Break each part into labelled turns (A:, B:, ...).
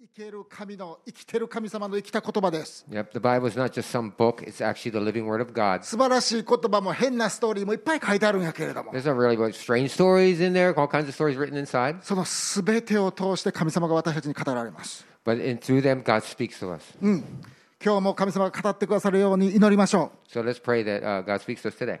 A: 生ける神の生きてる神様の生きた言葉です
B: Yep, the Bible is not just some book, it's actually the living word of God.
A: 素晴らしい言葉も変なストーリーもいっぱい書いてあるんやけれども
B: There's some really what, strange stories in there, all kinds of stories written inside,
A: その全てを通して神様が私たちに語られます
B: but in, through them, God speaks to us.
A: 今日も神様が語ってくださるように祈りましょ
B: So let's pray that uh, God speaks to us today.
A: う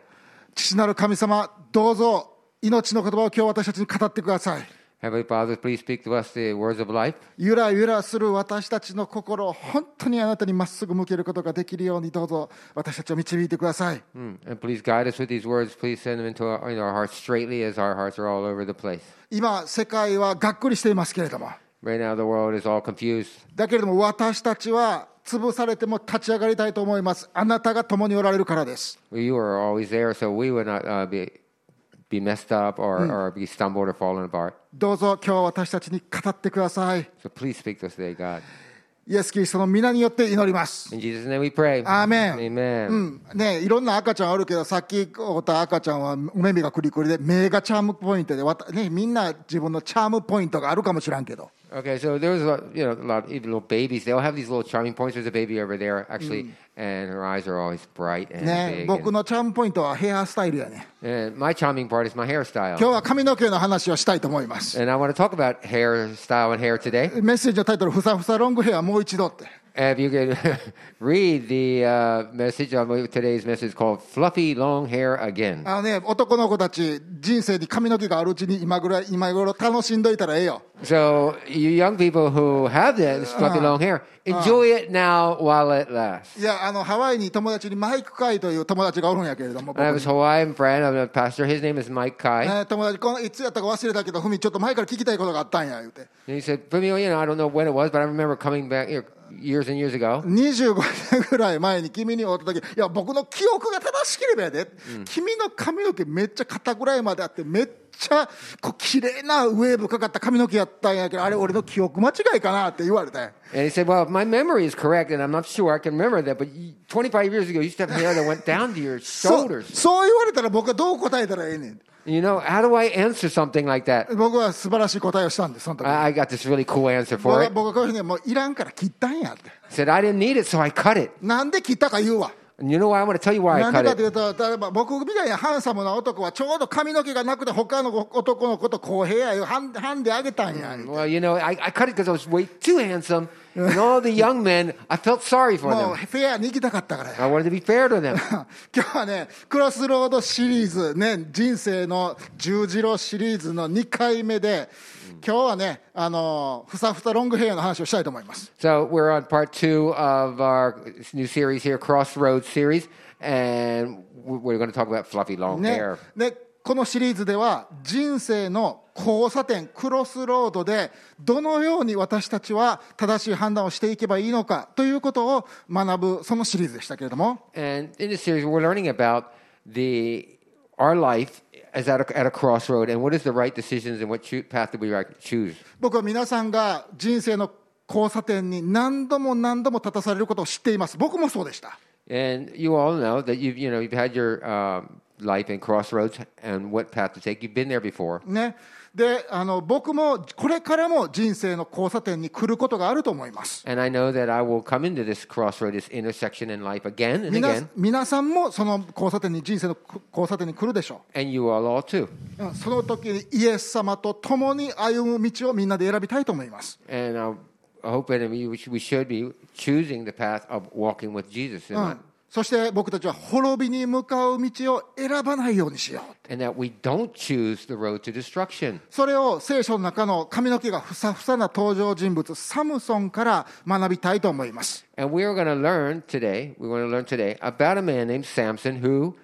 A: 父なる神様どうぞ命の言葉を今日私たちに語ってください
B: Heavenly Father, please speak to us the words of life.
A: ゆらゆらする私たちの心を本当にあなたにまっすぐ向けることができるようにどうぞ私たちを導いてください
B: Mm. And please guide us with these words. Please send them into our, into our hearts straightly as our hearts are all over the place.
A: 今世界はがっくりしていますけれども
B: Right now, the world is all confused.
A: だけれども私たちは潰されても立ち上がりたいと思いますあなたが共におられるからです
B: You are always there, so we would not uh, be, be messed up or, or be stumbled or fallen apart.
A: どうぞ今日私たちに語ってください
B: So please speak to us today, God.
A: イエス・キリストの皆によって祈ります、
B: In Jesus' name we pray.
A: Amen. Hmm.
B: Amen.
A: うんねえ、いろんな赤ちゃんあるけどさっきおった赤ちゃんはお目目がクリクリで目がチャームポイントでわた、ね、みんな自分のチャームポイントがあるかもしらんけど
B: Okay, so there was a lot, you know, a lot even little babies. They all have these little charming points. There's a baby over there, actually, and her eyes are always bright and
A: ねえ、
B: big.
A: 僕
B: And,
A: のチャームポイントはヘアスタイルやね
B: and my charming part is my hairstyle.
A: 今日は髪の毛の話をしたいと思います
B: And I want to talk about hairstyle and hair today.
A: メッセージのタイトル「ふさふさロングヘアもう一度」って
B: And if you could read the uh, message on today's message called "Fluffy Long Hair Again."
A: あのね男の子たち人生に髪の毛があるうちに今ぐらい今頃楽しんどいたらええよ
B: So you young people who have this fluffy long hair, enjoy it now while it lasts.
A: いやあのハワイに友達にマイク・カイという友達がおるんやけれども、僕
B: I have this Hawaiian friend, I'm a pastor. His name is Mike Kai,
A: ね友達このいつやったか忘れたけどふみちょっと前から聞きたいことがあったんや言うて
B: and he said, "Fumio, you know, I don't know when it was, but I remember coming back here years and years ago."
A: 25年ぐらい前に君に会った時いや僕の記憶が正しければやで、君の髪の毛めっちゃ肩ぐらいまであってめっちゃこう綺麗なウェーブかかった髪の毛やったんやけどあれ俺の記憶間違いかなって言われたんや
B: And he said, "Well, if my memory is correct, and I'm not sure I can remember that, but you- 25 years ago, you used to have hair that went down to your
A: そう
B: shoulders."
A: そう言われたら僕はどう答えたらええねん
B: You know, how do I answer something like that?
A: 僕は素晴らしい答えをしたんです、その時。
B: I I got this really cool answer
A: 僕
B: for
A: は
B: it.
A: 僕はこういうふうに、もういらんから切ったんやって。
B: He said, "I didn't need it, so I cut it."
A: なんで切ったか言うわ。
B: And you know why? I want to tell you why
A: な
B: I
A: んで
B: cut
A: かとい
B: it.
A: うと、例えば僕みたいなハンサムな男はちょうど髪の毛がなくて他の男の子と公平やよ、ハンハンであげたんや。も
B: Well, you know, I, I cut it because I was way too handsome, and all the young men, I felt sorry for
A: う
B: them.
A: フェアに行きたかったからや。
B: I wanted to be fair to them.
A: 今日はね、クロスロードシリーズ、ね、人生の十字路シリーズの2回目で、今日はね、あの、ふさふさロングヘアの話をしたいと思います。
B: So we're on part two of our new series here, Crossroads series, and we- we're going to talk about fluffy long
A: ね
B: hair.
A: でこのシリーズでは人生の交差点クロスロードでどのように私たちは正しい判断をしていけばいいのかということを学ぶそのシリーズでしたけれども
B: And in this series, we're learning about the our life is at a, at a crossroad, and what is the right decisions and what choo- path do we right choose.
A: 僕は皆さんが人生の交差点に何度も何度も立たされることを知っています僕もそうでした。
B: And you all know that you've you know you've had your um, life in crossroads and what path to take. You've been there before.
A: ね、であの僕もこれからも人生の交差点に来ることがあると思います。
B: And I know that I will come into this crossroad, this intersection in life again and
A: 皆
B: again.
A: 皆さんもその交差点に人生の交差点に来るでしょう。
B: And you all all too.
A: うんその時にイエス様と共に歩む道をみんなで選びたいと思います。
B: And I I hope that we, we should be choosing the path of walking with Jesus. In
A: う
B: life.
A: ん、そして僕たちは滅びに向かう道を選ばないようにしよう。
B: And that we don't choose the road to destruction.
A: それを聖書の中の髪の毛がふさふさな登場人物サムソンから学びたいと思います。
B: And we are going to learn today, we want to learn today about a man named Samson who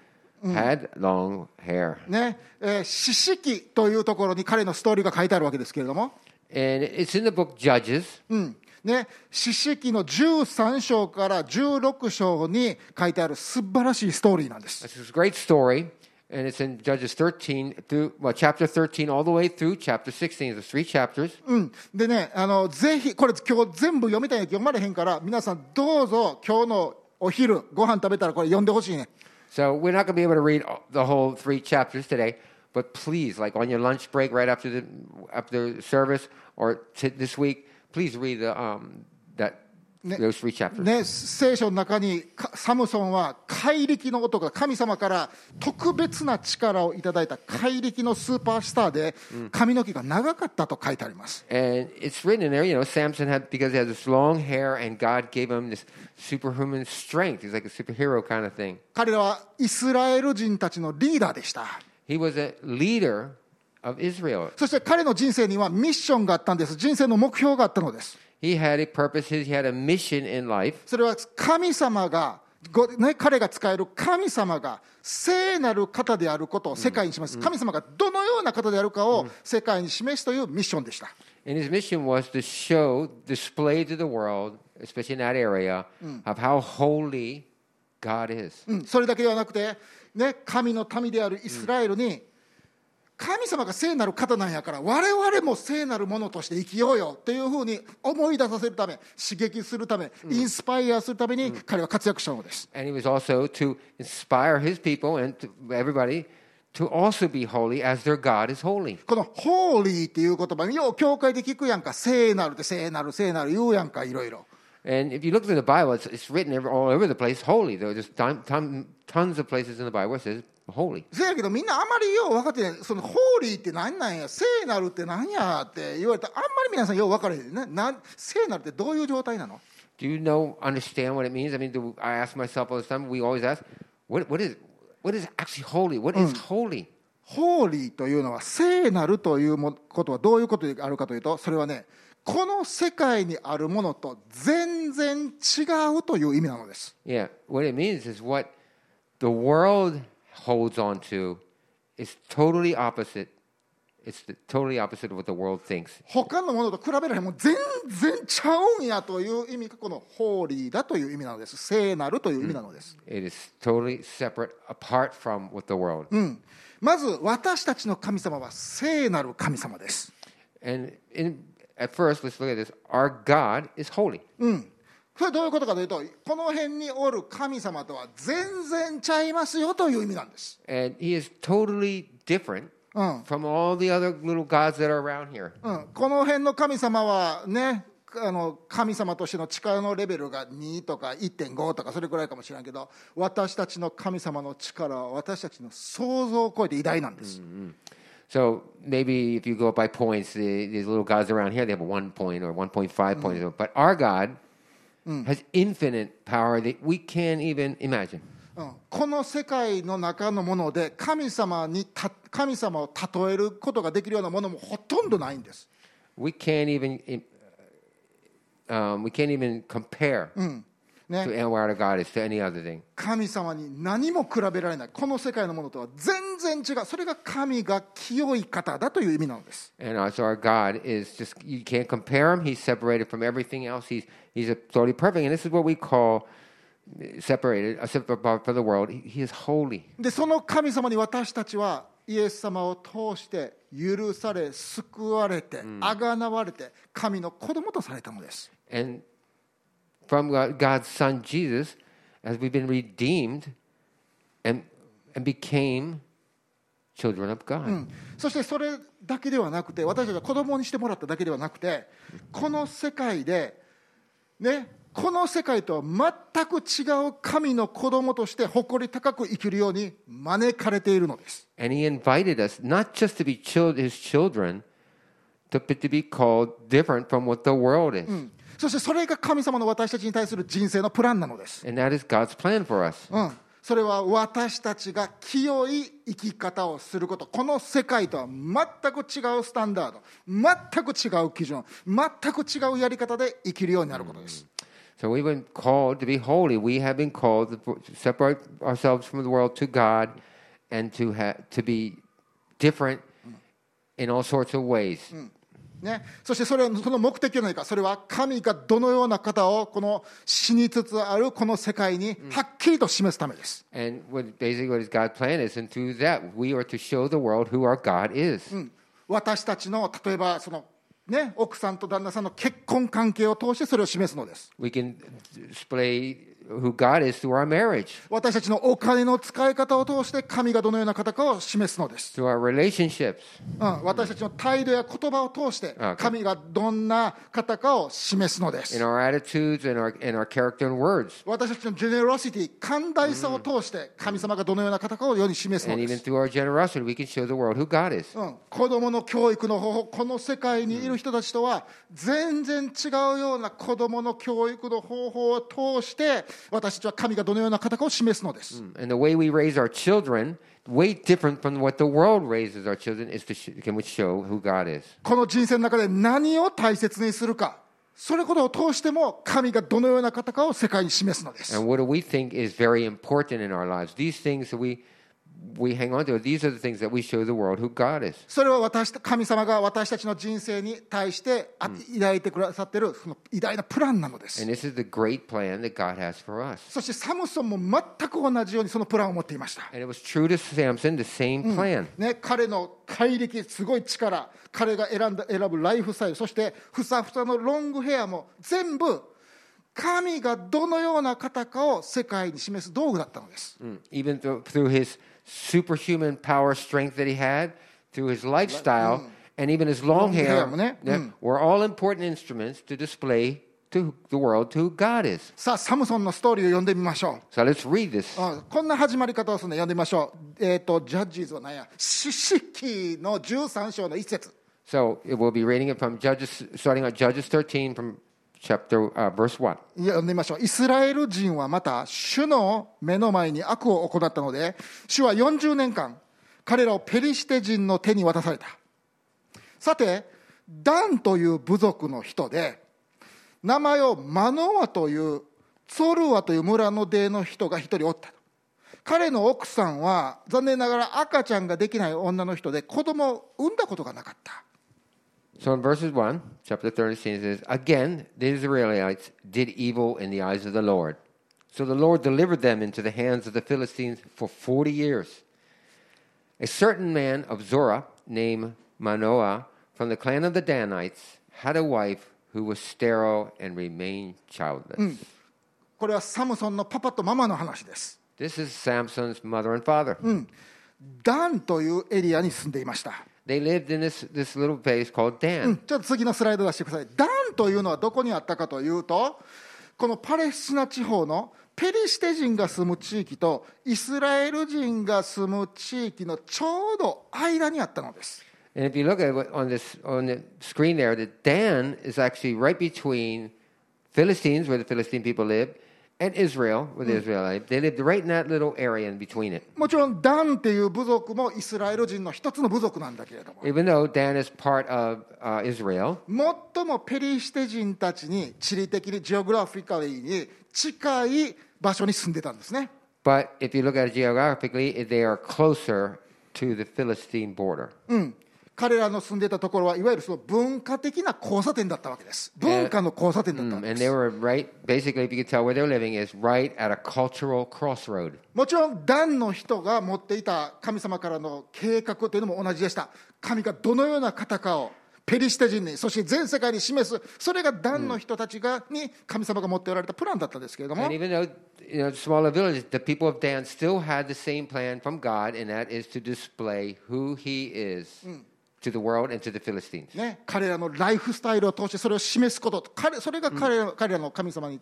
B: had long hair.
A: ね、えー四式というところに彼のストーリーが書いてあるわけですけれども、
B: And it's in the book Judges.
A: うん、ね、四式の13章から16章に書いてある素晴らしいストーリーなんです。
B: It's a great story. And it's in Judges 13 through, well, chapter 13 all the way through chapter 16. There's three chapters.
A: うん、でねあのぜひこれ今日全部読みたいんやけど読まれへんから皆さんどうぞ今日のお昼ご飯食べたらこれ読んでほしいね
B: So we're not going to be able to read all- the whole three chapters today, but please, like on your lunch break right after the after service or t- this week, please read the, um, that,
A: Ne-
B: those three chapters.
A: ね、聖書の中にかサムソンは怪力の男が神様から特別な力をいただいた怪力のスーパースターで髪の毛が長かったと書いてあります、
B: And it's written in there, you know, Samson had, because he had this long hair and God gave him this superhuman strength. He's like a superhero kind of thing.
A: 彼らはイスラエル人たちのリーダーでした
B: He was a leader of Israel.
A: そして彼の人生にはミッションがあったんです人生の目標があったのです
B: He had a purpose, he had a mission in life.
A: それは神様がごね、彼が使える神様が聖なる方であることを世界に示す、神様がどのような方であるかを世界に示すというミッションでした、
B: And his mission was to show, display to the world, especially in that area, of how holy God is.
A: うん、それだけではなくて、ね、神の民であるイスラエルに、神様が聖なる方なんやから我々も聖なるものとして生きようよっていうふうに思い出させるため刺激するためインスパイアするために彼は活躍したのです、
B: And he was also to inspire his people and to everybody to also be holy as their God is holy.
A: この「ホーリー」っていう言葉によう教会で聞くやんか聖なるって聖なる聖なる言うやんかいろいろ
B: And if you look through the Bible, it's, it's written every- all over the place, holy. There are just ton, ton, tons of places in the Bible where it says holy.
A: せやけどみんなあまりよう分かってないその「ホーリー」って何なんや聖なるって何やって言われたらあんまり皆さんよう分からへんねなん聖なるってどういう状態なの
B: Do you know, understand what it means? I mean, do, I ask myself all the time, we always ask, what, what, is, what is actually holy? What is holy?
A: ホーリーというのは聖なるというもことはどういうことであるかというとそれはねこの世界にあるものと全然違うという意味なのです
B: Yeah, what it means is what the world holds on to is totally opposite. It's the, totally opposite of what the world thinks.
A: 他のものと比べられへんもう全然ちゃうんやという意味がこのホーリーだという意味なのです聖なるという意味なのです、
B: It is totally separate, apart from what the world.
A: うんまず私たちの神様は聖なる神様です、
B: And in, at first, let's look at this. Our God is holy.
A: うん、それどういうことかというとこの辺におる神様とは全然ちゃいますよという意味なんです、
B: And he is totally different
A: うん、
B: from all the other little gods that are around here.
A: うん、この辺の神様はねあの神様としての力のレベルが2とか1.5とかそれくらいかもしれんけど私たちの神様の力は私たちの想像を超えて偉大なんです、
B: So maybe if you go up by points, the, these little gods around here, they have a one point or 1.5 point. But our God has infinite power that we can't even imagine.
A: うん、この世界の中のもので神様にた神様を例えることができるようなものもほとんどないんです、
B: We can't even, um, we can't even compare
A: うんね、
B: to what our God is to any other thing.
A: 神様に何も比べられないこの世界のものとは全然違うそれが神が清い方だという意味なのです、
B: And uh, so our God is just, you can't compare him. He's separated from everything else. He's, he's a totally perfect. And this is what we call uh, separated, uh, separate from the world. He, he is holy.
A: でその神様に私たちはイエス様を通して許され救われてあがなわれて神の子供とされたのです、
B: And from God- God's Son Jesus, as we've been redeemed and, and became children of God.
A: そしてそれだけではなくて私たちが子供にしてもらっただけではなくてこの世界でねこの世界とは全く違う神の子供として誇り高く生きるように招かれているのです、
B: And he invited us not just to be chil- his children, to, but to be called different from what the world is.
A: うんそしてそれが神様の私たちに対する人生のプランなのです、
B: And that is God's plan for us.
A: うん、それは私たちが清い生き方をすることこの世界とは全く違うスタンダード全く違う基準全く違うやり方で生きるようになることです、
B: So we've been called to be holy. We have been called to separate ourselves from the world to God and to, ha- to be different in all sorts of ways.
A: ね、そしてそれその目的は何かそれは神がどのような方をこの死につつあるこの世界にはっきりと示すためです、
B: And what, basically, what his God plan is, and through that, we are to show the world who our God is.
A: うん私たちの例えばその、ね、奥さんと旦那さんの結婚関係を通してそれを示すのです
B: We can display who God is through our marriage,
A: 私たちのお金の使い方を通して神がどのような方かを示すのです、
B: through our relationships.
A: うん、私たちの態度や言葉を通して
B: あ
A: 神がどんな方かを示すのです
B: in our attitudes and our and our character and words,
A: 私たちのジェネロシティ、寛大さを通して神様がどのような方かを世に示すの
B: and
A: で
B: even
A: す。
B: through our generosity, we can show the world who God is.
A: うん、子供の教育の方法、この世界にいる人たちとは全然違うような子供の教育の方法を通して、私たちは神がどのような方かを示すのです。
B: And the way we raise our children, way different from what the world raises our children, is to sh- can we show who God is?
A: この人生の中で何を大切にするか、それことを通しても神がどのような方かを世界に示すのです。
B: And what do we think is very important in our lives? These things that we we hang on to. These are the things that we show the world who God is.
A: それは私た神様が私たちの人生に対してあ抱いてくださっているその偉大なプランなのです。
B: And this is the great plan that God has for us.
A: そしてサムソンも全く同じようにそのプランを持っていました。
B: And it was true to Samson, the same plan.
A: ね、彼の怪力、すごい力、彼が選んだ選ぶライフスタイル、そしてふさふさのロングヘアも全部、神がどのような方かを世界に示す道具だったのです。
B: even through, through his superhuman power strength that he had, through his lifestyle, and even his mm. long, hair, Mm.
A: hair, né?
B: yeah, were all important instruments to display to the world to who God is.
A: さあ、サムソンのストーリーを読んでみましょ
B: So let's read this.
A: う。うんこんな始まり方をするので読んでみましょう。えっ、と、ジャッジーズは何や四式の13章の一節。
B: So it- we'll be reading it from Judges, starting at Judges 13 from chapter uh, verse 1.
A: 読んでみましょう。イスラエル人はまた、主の目の前に悪を行ったので、主は40年間、彼らをペリシテ人の手に渡された。さて、ダンという部族の人で、名前をマノワという、ツォルワという村の出の人が一人おった。彼の奥さんは、残念ながら赤ちゃんができない女の人で、子供を産んだことがなかった。
B: So in verses 1, chapter 13 it says, Again, the Israelites did evil in the eyes of the Lord. So the Lord delivered them into the hands of the Philistines for 40 years. A certain man of Zorah named Manoah from the clan of the Danites had a wife who was sterile and remained childless.
A: これはサムソンのパパとママの話です。
B: This is Samson's mother and father.
A: ダンというエリアに住んでいました。
B: They lived in this, this little place called Dan.
A: ちょっと次のスライド出してください。ダンというのはどこにあったかというと、このパレスチナ地方のペリシテ人が住む地域とイスラエル人が住む地域のちょうど間にあったのです。
B: And if you look at what on this on the screen there, that Dan is actually right between Philistines, where the Philistine people live, and Israel, where the Israelite they lived right in that little area in between it.
A: もちろんダンっていう部族もイスラエル人の一つの部族なんだけれども、
B: Even though Dan is part of uh, Israel,
A: 最もペリシテ人たちに地理的にジオグラフィカリーに近い場所に住んでたんですね。
B: but if you look at it geographically, they are closer to the Philistine border.
A: うん、彼らの住んでたところはいわゆるその文化的な交差点だったわけです文化の交差点だったわ
B: Mm,
A: けで
B: And
A: す、
B: they were right, basically, if you could tell where they're living, is right at a cultural crossroad.
A: もちろんダンの人が持っていた神様からの計画というのも同じでした神がどのような方かをペリシテ人にそして全世界に示すそれがダンの人たちがに神様が持っておられたプランだったんですけれども
B: And even though you know smaller villages, the people of Dan still had the same plan from God, and that is to display who He is to the world and to the Philistines.
A: ね、彼らのライフスタイルを通してそれを示すこと彼それが彼ら,、彼らの神様に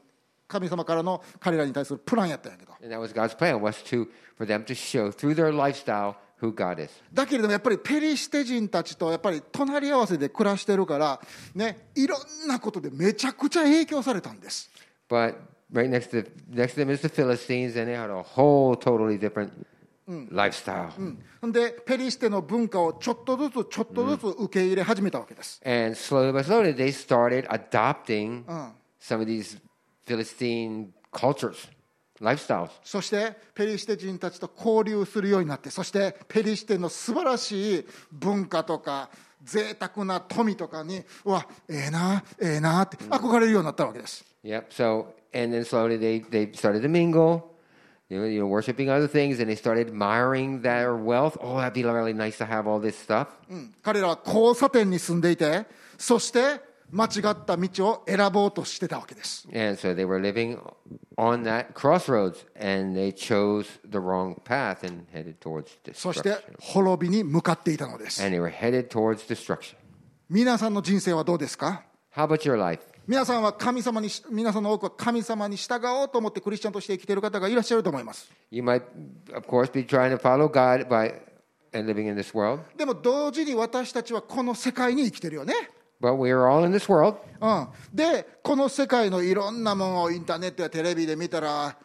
A: 神様からの彼らに対するプランやったんやけど
B: And that was God's plan was to for them to show through their lifestyle who God is.
A: だけれどもやっぱりペリシテ人たちとやっぱり隣り合わせで暮らしてるから、ね、いろんなことでめちゃくちゃ影響されたんです。
B: But right next to next to them is the Philistines, and they had a whole totally different lifestyle.
A: ほんでペリシテの文化をちょっとずつちょっとずつ受け入れ始めたわけです。
B: And slowly but slowly, they started adopting
A: Mm.
B: some of these Philistine cultures, lifestyles.
A: そしてペリシテ人たちと交流するようになってそしてペリシテの素晴らしい文化とか贅沢な富とかにうわええなええなって憧れるようになったわけです。
B: Yep. So and then slowly they they started to mingle, you know, you know worshiping other things, and they started admiring their wealth. Oh, that'd be really nice to have all this stuff.
A: うん彼らは交差点に住んでいてそして間違った道を選ぼうとしてたわけです。
B: And so they were living on that crossroads, and they chose the wrong path and headed towards
A: そして
B: destruction.
A: 滅びに向かっていたのです
B: And they were headed towards destruction.
A: 皆さんの人生はどうですか
B: How about your life?
A: 皆さんは神様にし皆さんの多くは神様に従おうと思ってクリスチャンとして生きている方がいらっしゃると思います
B: You might, of course, be trying to follow God by and living in this world,
A: でも同時に私たちはこの世界に生きてるよね
B: but we are all in this world.
A: うん、でこの世界のいろんなものをインターネットやテレビで見たら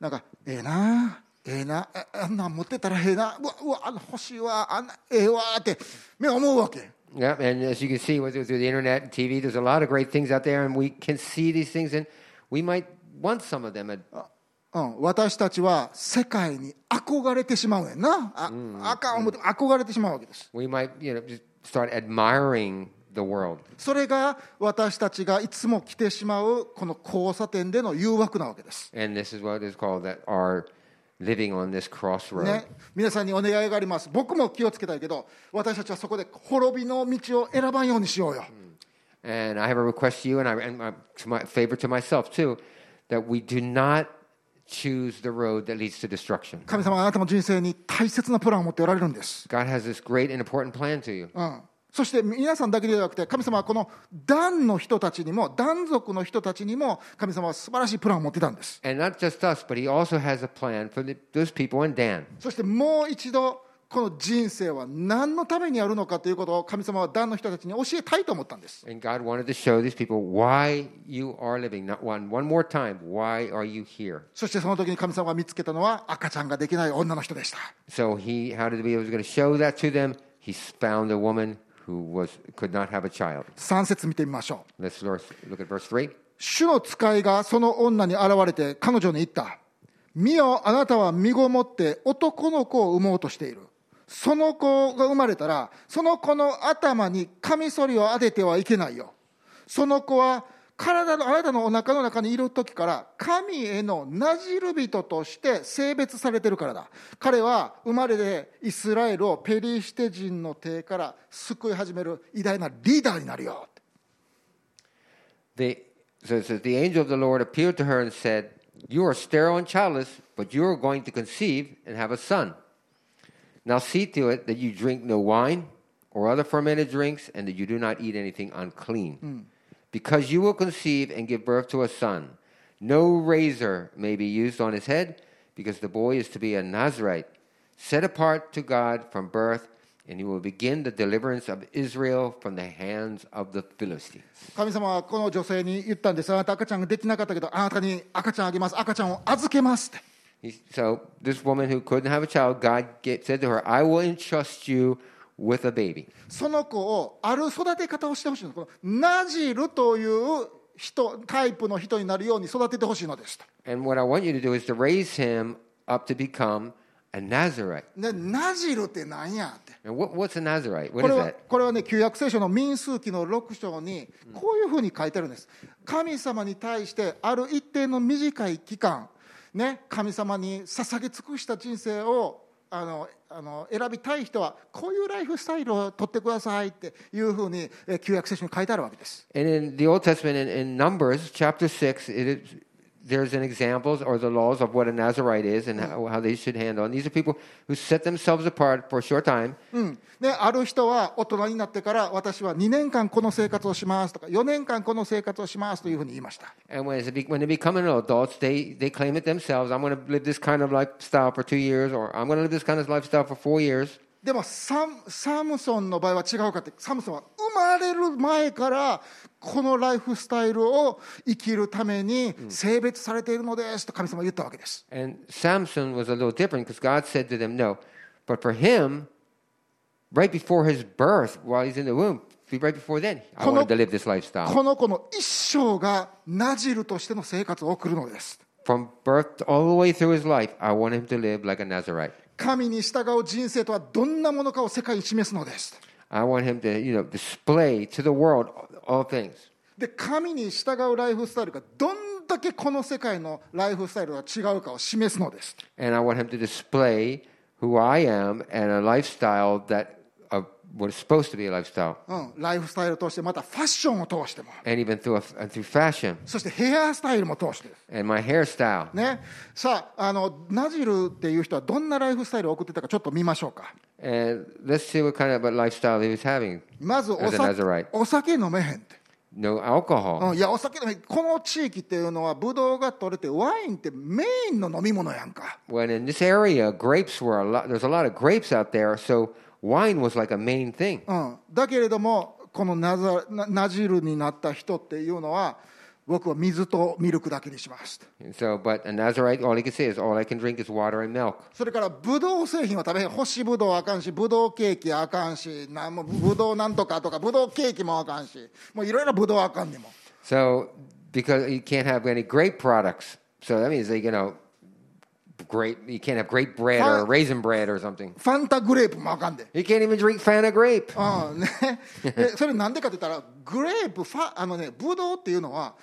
A: なんかええなええなああんなん持ってたらええなうわうわあの欲しいわあんなええわって目思うわけ
B: Yeah, and as you can see with- through the internet and TV, there's a lot of great things out there, and we can see these things, and we might want some of them. And
A: うん、私たちは世界に憧れてしまうねんなあ、あかん思って憧れてしまうわけです
B: we might, you know, just start admiring the world.
A: それが私たちがいつも来てしまうこの交差点での誘惑なわけです、
B: And this is what is called that are living on this crossroad.
A: ね、皆さんにお願いがあります僕も気をつけたいけど私たちはそこで滅びの道を選ばんようにしようよ、
B: And I have a request to you, and I and my, to my favor to myself too, that we do not choose the road that leads to destruction.
A: 神様はあなたの人生に大切なプランを持っておられるんです、
B: God has this great and important plan to you.
A: うん、そして皆さんだけではなくて神様はこの団の人たちにも団族の人たちにも神様は素晴らしいプランを持ってたんです
B: And not just us, but he also has a plan for the, those people in Dan.
A: そしてもう一度この人生は何のためにあるのかということを神様は団の人たちに教えたいと思ったんです
B: And God wanted to show these people why you are living. Not one, one more time, why are you here?
A: そしてその時に神様が見つけたのは赤ちゃんができない女の人でした
B: So he, how did he, he was going to show that to them? He found a woman who was could not have a child.
A: 3節見てみましょう
B: Let's look look at verse three.
A: 主の使いがその女に現れて彼女に言った「見よあなたは身ごもって男の子を産もうとしている」その子が生まれたらその子の頭にカミソリを当ててはいけないよその子は体のあなたのお腹の中にいる時から神へのなじる人として性別されてるからだ彼は生まれてイスラエルをペリシテ人の手から救い始める偉大なリーダーになるよ
B: The, so it says, The angel of the Lord appeared to her and said, You are sterile and childless, but you are going to conceive and have a son. Now see to it that you drink no wine or other fermented drinks, and that you do not eat anything unclean. Because you will conceive and give birth to a son. No razor may be used on his head, because the boy is to be a Nazarite, set apart to God from birth, and he will begin the deliverance of Israel from the hands of the Philistines.
A: 神様はこの女性に言ったんですあなた赤ちゃんができなかったけどあなたに赤ちゃんあげます赤ちゃんを預けますって
B: He, so this woman who couldn't have a child, God get, said to her, "I will entrust you with a baby."
A: その子をある育て方をしてほしいのこのナジルという人タイプの人になるように育ててほしいのですと
B: And what I want you to do is to raise him up to become a Nazarite.
A: でナジルってなんやって
B: Now, what, what's a Nazarite? What
A: こ
B: is
A: れは
B: that?
A: これはね旧約聖書の民数記の6章にこういうふうに書いてあるんです神様に対してある一定の短い期間ね神様に捧げ尽くした人生をあのあの選びたい人はこういうライフスタイルを取ってくださいっていうふうにえー旧約聖書に書いてあるわけです
B: And in the Old Testament, in, in Numbers chapter six, it is, there's an examples or the laws of what a Nazarite is and how, how they should handle. And these are people who set themselves apart for a short time
A: うん、である人は大人になってから私は2年間この生活をしますとか4年間この生活をしますというふうに言いました
B: And when, it's, when they become an adults, they, they claim it themselves. I'm going to live this kind of lifestyle for two years, or I'm going to live this kind of lifestyle for four years.
A: でもサムサムソンの場合は違うかってサムソンは生まれる前からこのライフスタイルを生きるために性別されているのですと神様は言ったわけです、
B: And Samson was a little different because God said to them, No. But for him, right before his birth, while he's in the womb, right before then, I
A: Kono-
B: wanted to live this lifestyle.
A: この子の一生がナジルとしての生活を送るのです
B: From birth all the way through his life, I want him to live like a Nazarite.
A: 神に従う人生とはどんなものかを世界に示すのです
B: I want him to, you know, display to the world all things.
A: で神に従うライフスタイルがどんだけこの世界のライフスタイルが違うかを示すのです
B: and I want him to display who I am and a lifestyle that of what is supposed to be a lifestyle,
A: うん、ライフスタイルを通してまたファッションを通しても
B: and even through a, and through fashion
A: そしてヘアスタイルも通してです
B: and my hairstyle.
A: ねさああのナジルっていう人はどんなライフスタイルを送ってたかちょっと見ましょうか
B: And let's see what kind of a lifestyle he was having.
A: まずお
B: As a
A: 酒
B: Nazarite.
A: お酒飲めへんって、
B: No alcohol.
A: うん、いやお酒飲めへんこの地域っていうのはブドウが取れてワインってメインの飲み物やんか
B: When in this area, grapes were a lot. There's a lot of grapes out there, so wine was like a main thing.
A: うん、だけれどもこのナザナナジルになった人っていうのは僕は水とミルクだけにしますと
B: And so, but a Nazarite, all he could say is, all I can drink is water and milk.
A: それからブドウ製品は食べへん干しブドウあかんしブドウケーキあかんしなんもブドウなんとかとかブドウケーキもあかんしもういろいろブドウあかんでも
B: So, because you can't have any grape products, so that means they, you know, grape. You can't have grape bread or
A: Fine.
B: raisin bread or something.
A: ファンタグレープもあかんで。
B: You can't even drink Fanta grape.
A: うんね、でそれなんでかって言ったらグレープファあのねブドウっていうのは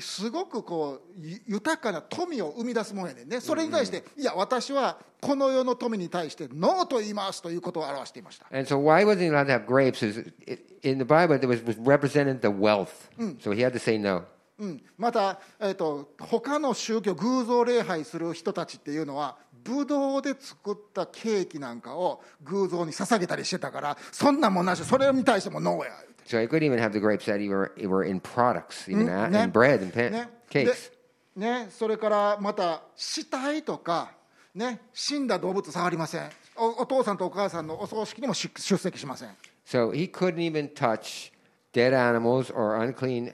A: すごくこうゆ豊かな富を生み出すもんやねんねそれに対して、いや私はこの世の富に対してノーと言いますということを表していました、
B: And so, why wasn't he allowed to have grapes? Is it, in the Bible, there was, was represented the wealth, so he had to say no.
A: うん、また、えっと他の宗教偶像礼拝する人たちっていうのはブドウで作ったケーキなんかを偶像に捧げたりしてたからそんなもんなしそれに対してもノーや
B: So he couldn't even have the grapes that he were, were in products, even a-
A: ね
B: in bread and pan,
A: ね
B: cakes.
A: でね、それからまた死体とか、ね、死んだ動物触りませんおお父さんとお母さんのお葬式にも出出席しません
B: So he couldn't even touch dead animals or unclean,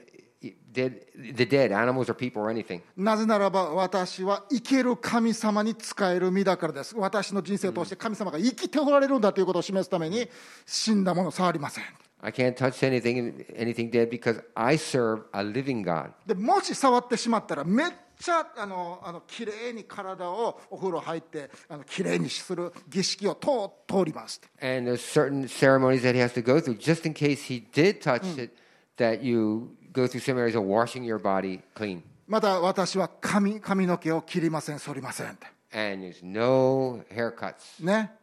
B: dead, the dead animals or people or anything.
A: なぜならば私は生ける神様に仕える身だからです私の人生を通して神様が生きておられるんだということを示すために死んだものを触りません
B: I can't touch anything, anything dead because I serve a living God.
A: でもし触ってしまったらめっちゃあのあの綺麗に体をお風呂入ってあの綺麗にする儀式を通通ります
B: And there's certain ceremonies that he has to go through just in case he did touch it, that you go through some areas of washing your body clean.
A: また私は髪髪の毛を切りません剃りませんって
B: And there's no haircuts.
A: ね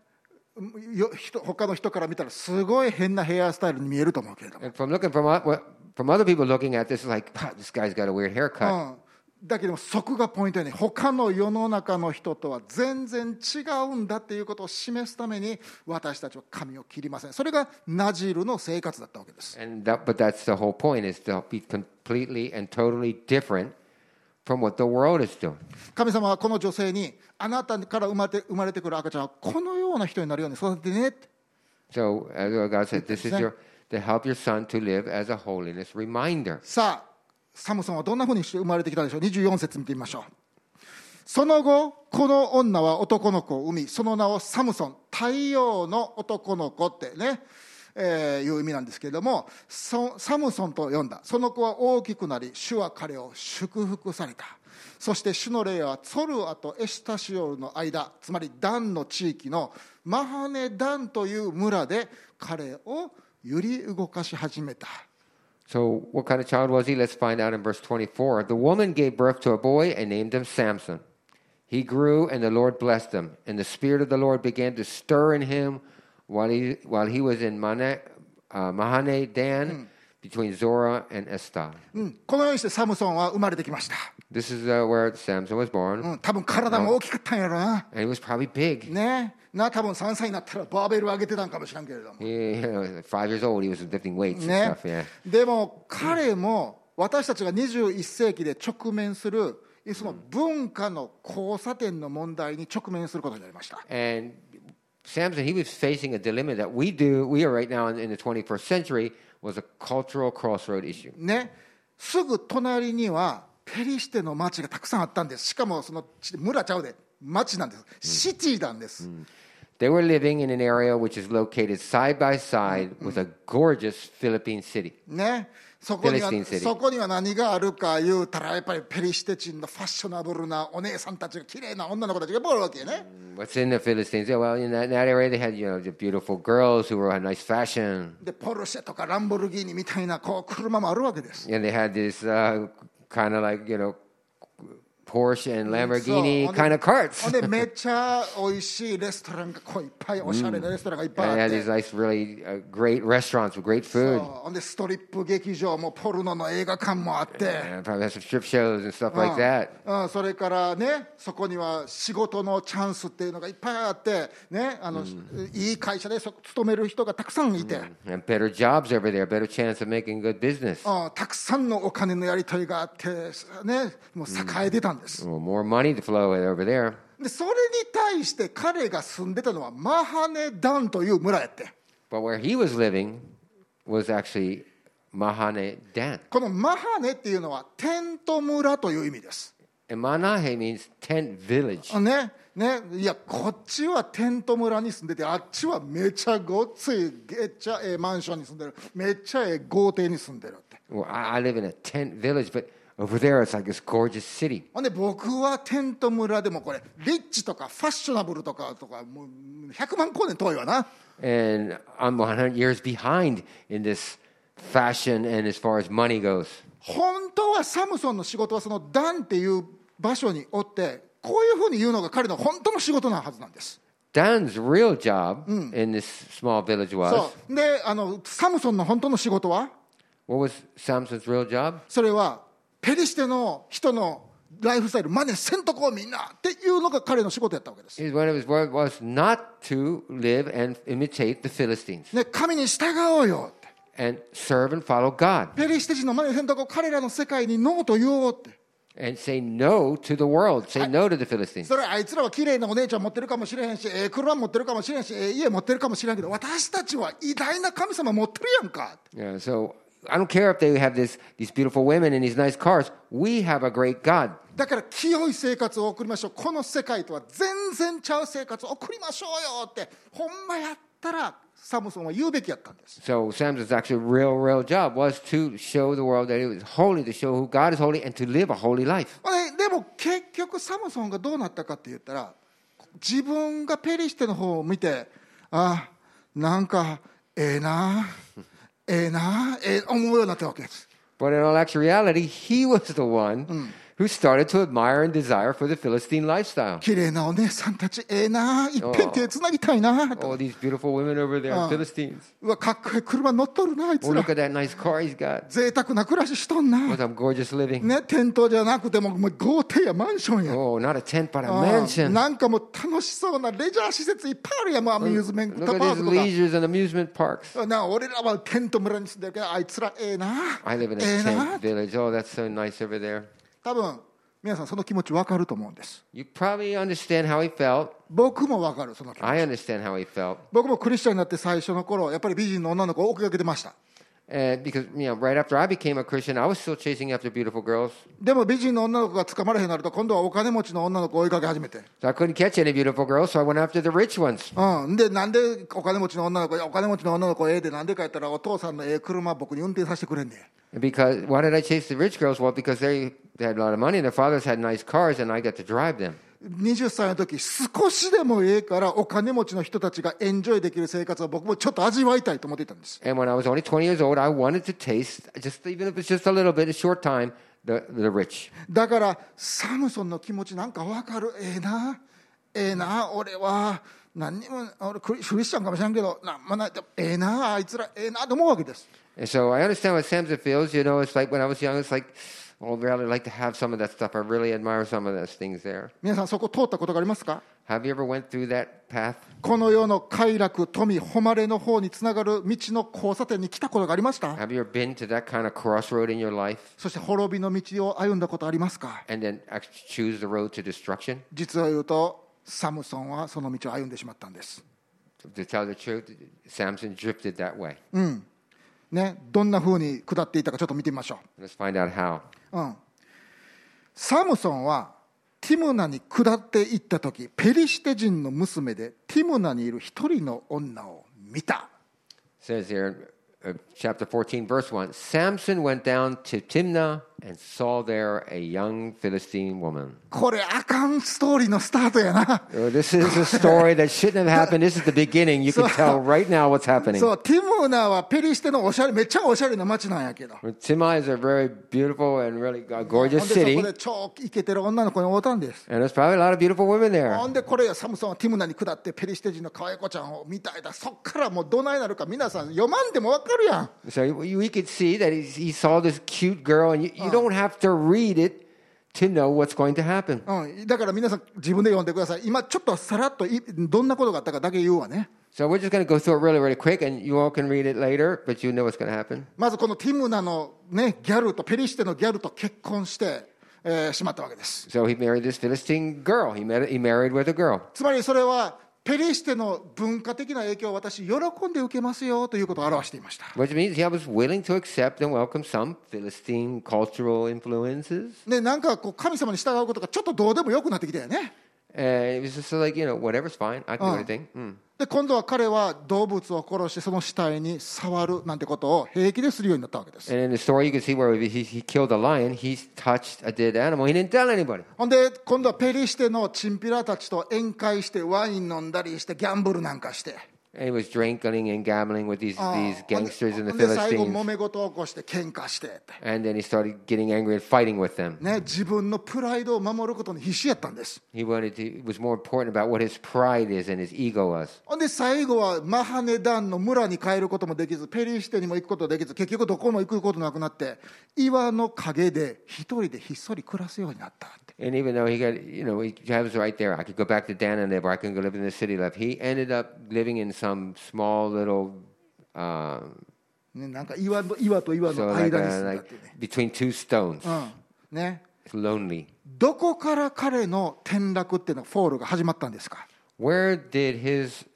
A: よ人他の人から見たらすごい変なヘアスタイルに見えると思うけれども、
B: And from looking from, o- from other people looking at this, it's like, "Wow, this guy's got a weird haircut.
A: Oh. うん、だけどもそこがポイントやね他の世の中の人とは全然違うんだっていうことを示すために私たちは髪を切りませんそれがナジルの生活だったわけです、
B: And that, but that's the whole point is to be completely and totally different from what the world is doing.
A: 神様はこの女性にあなたから生まれて生まれてくる赤ちゃんはこのような人になるように育ててねって
B: So as our God said, this is
A: Exact-
B: your to help your son to live as a holiness reminder.
A: さあサムソンはどんなふうにして生まれてきたでしょう24節見てみましょうその後この女は男の子を産みその名をサムソン太陽の男の子ってね、えーいう意味なんですけれどもそサムソンと呼んだその子は大きくなり主は彼を祝福されたそして主の霊はソルアとエシュタシオルの間つまりダンの地域のマハネダンという村で彼を揺り動かし始めた
B: So what kind of child was he? Let's find out in verse 24. The woman gave birth to a boy and named him Samson. He grew and the Lord blessed him. And the Spirit of the Lord began to stir in him while he, while he was in Mane, uh, Mahane Dan between Zorah and Estan.
A: うん、このようにしてサムソンは生まれてきました、
B: This is uh, where Samson was born.
A: うん、多分体も大きかったんやろな
B: And he was probably big.
A: ねな多分3歳になったらバーベル上げてたんかもしれんけれども
B: He, you know, five years old, he was lifting weights and
A: ね
B: stuff. Yeah.
A: でも彼も私たちが21世紀で直面するその文化の交差点の問題に直面することになりました
B: And Samson, he was facing a dilemma that we do, we are right now in, in the 21st century, was a cultural crossroad issue.
A: ねすぐ隣にはペリシテの町がたくさんあったんですしかもそのち村ちゃうで町なんですシティなんです、
B: They were living in an area which is located side by side with a gorgeous Philippine city.
A: ね、そこには
B: ペレスティンセリ
A: そこには何があるか言うたらやっぱりペリシテ人のファッショナブルなお姉さんたちが綺麗な女の子たちがいっぱいおるわけよね、
B: What's in the Philistines? Yeah, well, in that, in that area, they had you know the beautiful girls who were had nice fashion,
A: でポルシェとかランボルギーニみたいなこう車もあるわけです
B: and they had this uh, kind of like you know Porsche and Lamborghini
A: So, on
B: kind
A: the-
B: of carts.
A: ほんでめっちゃ美味しいレストランがこういっぱいおしゃれなレストランがいっぱ
B: And
A: いあ
B: they
A: っ
B: had
A: て
B: these nice, really uh, great restaurants with great
A: そう
B: food.
A: ほんでストリップ劇場もポルノの映画館もあって、
B: And probably had some strip shows and stuff
A: うん
B: like that.
A: うんそれからねそこには仕事のチャンスっていうのがいっぱいあってねあの、いい会社でそ勤める人がたくさんいて、
B: And better jobs over there, better chance of making good business.
A: うんたくさんのお金のやり取りがあってねもう栄えてたんです、
B: Well, more money to flow over there.
A: でそれに対して彼が住んでたのはマハネダンという村やって。
B: But where he was living was actually Mahane Dan.
A: このマハネっていうのはテント村という意味です。
B: And Manahe means tent village.
A: ね。ね、いやこっちはテント村に住んでてあっちはめちゃごっついめっちゃええマンションに住んでるめっちゃええ豪邸に住んでるって
B: Well, I, I live in a tent village, but over there it's like this gorgeous city.
A: ほんで僕はテント村でもこれリッチとかファッショナブルとかとかもう100万光年遠いわな
B: And I'm 100 years behind in this fashion and as far as money goes.
A: 本当はサムソンの仕事はそのダンっていう場所におってこういうふうに言うのが彼の本当の仕事なはずなんです
B: Dan's real job in this small village was
A: そうであのサムソンの本当の仕事は
B: what was Samson's real job?
A: それはペリシテの人のライフスタイル真似せんとこうみんなっていうのが彼の仕事やったわけです、
B: His- One of his words was not to live and imitate the Philistines
A: ね、神に従おうよって
B: and serve and follow God
A: ペリシテ人の真似せんとこう彼らの世界にノーと言おうって
B: and say no to the world, say no to the Philistines.
A: それはあいつらは綺麗なお姉ちゃん持ってるかもしれへんしええ車持ってるかもしれへんしええ家持ってるかもしれんけど私たちは偉大な神様持ってるやんか
B: Yeah, so I don't care if they have this, these beautiful women and these nice cars, we have a great God.
A: だから清い生活を送りましょうこの世界とは全然ちゃう生活を送りましょうよってほんまやったらサムソンは言うべきやったんです
B: So Samson's actually real, real job was to show the world that he was holy, to show who God is holy, and to live a holy life.
A: まあねでも結局サムソンがどうなったかって言ったら自分がペリシテの方を見てあなんかええなええなええ思うようになったわけです。
B: But in all actuality, he was the one who started to admire and desire for the Philistine lifestyle.
A: 綺麗なお姉さんたちええないっぺん手つなぎたいなと
B: All these beautiful women over there, Philistines.
A: うわかっこいい車乗っとるなあい
B: Oh,
A: つら
B: look at that nice car he's got.
A: 贅沢な暮らししとんな
B: Look at I'm gorgeous living.
A: ね店頭じゃなくてももう豪邸やマンションや
B: Oh, not a tent, but a
A: あ
B: mansion.
A: なんかもう楽しそうなレジャー施設いっぱいあるやんもうアミューズメント
B: Look
A: パー
B: at these
A: クとか
B: leisures and amusement parks.
A: な俺らはテント村に住んでるけどあいつらええな
B: I live in a
A: ええな
B: tent village. Oh, that's so nice over there.
A: 多分皆さんその気持ち分かると思うんです
B: You probably understand how he felt.
A: 僕も分かるその気持ち
B: I understand how he felt.
A: 僕もクリスチャンになって最初の頃やっぱり美人の女の子を追っかけてました
B: And because, you know, right after I became a Christian, I was still chasing after beautiful girls.
A: でも美人の女の子が捕まらへんなると今度はお金持ちの女の子を追いかけ始めて
B: So I couldn't catch any beautiful girls, so I went after the rich ones.
A: うんでなんでお金持ちの女の子お金持ちの女の子ええでなんでかやったらお父さんのええ車僕に運転させてくれんねん
B: Because why did I chase the rich girls? Well, because they, they had a lot of money and their fathers had nice cars, and I got to drive them.
A: 20歳の時少しでもええからお金持ちの人たちがエンジョイできる生活を僕もちょっと味わいたいと思っていたんです
B: And when I was only 20 years old, I wanted to taste, just even if it's just a little bit, a short time, the, the rich.
A: だからサムソンの気持ちなんかわかるええなええな俺は何にも俺クリクリスチャンかもしれんけどなんもないでもええなあいつらええなと思うわけです
B: And so I understand what Samson feels. You know, it's like when I was young, it's like, oh, I'd really like to have some of that stuff. I really admire some of those things there.
A: 皆さんそこ通ったことがありますか
B: Have you ever went through that path?
A: この世の快楽富誉れの方につながる道の交差点に来たことがありました
B: Have you ever been to that kind of crossroad in your life
A: そして滅びの道を歩んだことありますか
B: and then actually choose the road to destruction?
A: 実を言うとサムソンはその道を歩んでしまったんです、
B: To tell the truth, Samson drifted that way.
A: ね、どんな風に下っていたかちょっと見てみましょう
B: Let's find out how.
A: うん、サムソンはティムナに下っていった時ペリシテ人の娘でティムナにいる一人の女を見た
B: says here, uh, chapter 14, verse 1 Samson went down to Timnah and saw there a young Philistine woman.
A: これあかんストーリーのスタートやな
B: Oh, This is a story that shouldn't have happened. This is the beginning. You
A: So-
B: can tell right now what's happening.
A: そうティムーナはペリシテのおしゃれめっちゃおしゃれな街なんやけど
B: Timai is a very beautiful and really a
A: ほんで
B: gorgeous
A: そ
B: city,
A: こで超イケてる女の子に会うたんです。
B: and there's probably a lot of beautiful women there.
A: ほんでこれよサムソンはティムナに下ってペリシテ人の可愛い子ちゃんを見たいだそっからもうどないなるか皆さん読まんでもわかるやん
B: So you- we could see that he, he saw this cute girl, and you, you don't have to read it to know what's going to happen.
A: うん、だから皆さん自分で読んでください今ちょっとさらっといどんなことがあったかだけ言うわね
B: So we're just going to go through it really, really quick, and you all can read it later, but you know what's going to happen.
A: まずこのティムナの、ね、ギャルとペリシテのギャルと結婚して、えーしまったわけです
B: So he married this Philistine girl. He, met, he married with a girl.
A: つまりそれはペリシテの文化的な影響を私喜んで受けますよということを表していました
B: Which means he was willing to accept and welcome some Philistine cultural influences.
A: でなんかこう神様に従うことがちょっとどうでもよくなってきたよね
B: And it was just like, you know, whatever's fine. I can do anything. Mm.
A: で今度は彼は動物を殺してその死体に触るなんてことを平気でするようになったわけです
B: And in the story, you can see where he, he killed a lion. He touched a dead animal. He didn't tell anybody.
A: ほんで今度はペリシテのチンピラたちと宴会してワイン飲んだりしてギャンブルなんかして、
B: And he was drinking and gambling with these,
A: うん
B: these gangsters
A: ほん
B: and
A: で
B: the
A: ほんで最後
B: Philistines.
A: 揉め事を起こして喧嘩してって、
B: And then he started getting angry and fighting with them.
A: ね、自分のプライドを守ることに必死やったんです
B: He wanted to, it was more important about what his pride is and his ego was.
A: ほんで最後はマハネダンの村に帰ることもできずペリシテにも行くことできず結局どこも行くことなくなって岩の陰で一人でひっそり暮らすようになったって
B: And even though he got, you know, he was right there. I could go back to Dananib or I can go live in the city life. He ended up living in some small little, um,
A: ね、なんか岩の岩と岩
B: so
A: の
B: like,
A: 間
B: uh
A: に住んだっていうね,、
B: like between two stones.
A: Oh. うん、ね
B: It's lonely.
A: どこから彼の転落っていうのフォールが始まったんですか
B: Where did his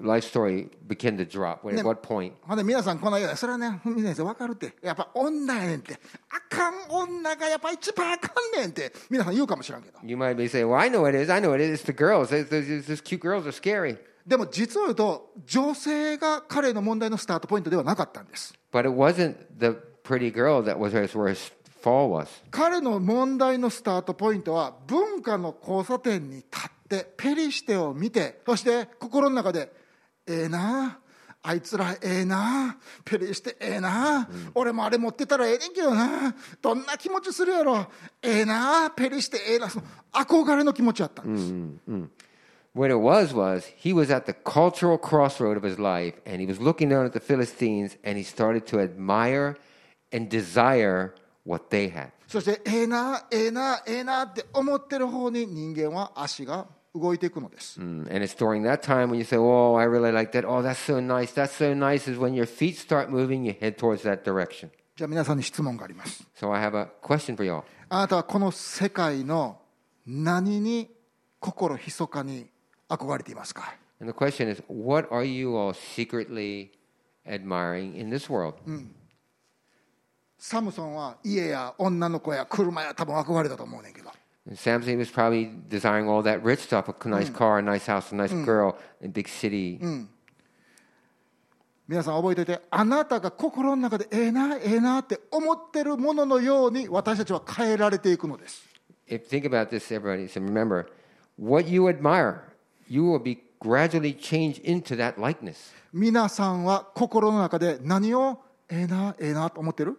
B: life story begin to drop? At
A: Never.
B: what point?
A: ほんで皆さんこの間それはね皆さん分かるってやっぱ女やねんってあかん女がやっぱ一番あかんねんって皆さん言うかもしらんけど
B: You might be saying, "Well, I know it is. I know it is. It's the girls. Those, those, those- those cute girls are scary."
A: でも実を言うと女性が彼の問題のスタートポイントではなかったんです
B: But it wasn't the pretty girl that was his worst fall was.
A: 彼の問題のスタートポイントは文化の交差点に立ってペリシテを見てそして心の中で「ええなああいつらええなペリシテええな、俺もあれ持ってたらええねんけどなどんな気持ちするやろええなペリシテええな」その憧れの気持ちやったんです、
B: What it was was he was at the cultural crossroad of his life, and he was looking down at the Philistines, and he started to admire and desire what they had.
A: そして「ええなええなええな」って思ってる方に人間は足が動いていくのです、
B: Mm, And it's during that time when you say, "Oh, I really like that. Oh, that's so nice. That's so nice." Is when your feet start moving, you head towards that direction.
A: じゃあ皆さんに質問があります
B: So I have a question for y'all.
A: あなたはこの世界の何に心密かに憧れていますか、
B: And the question is, what are you all secretly admiring in this world?
A: サムソンは家や女の子や車や多分憧れだと思うねんけど
B: And Samson was probably desiring all that rich stuff a nice car, a nice house, a nice girl, a big city.
A: 皆さん覚えておいてあなたが心の中でええなええなって思ってるもののように私たちは変えられていくのです、
B: If Think about this, everybody. So remember, what you admire, you will be gradually changed into that likeness.
A: 皆さんは心の中で何をええなええなと思ってる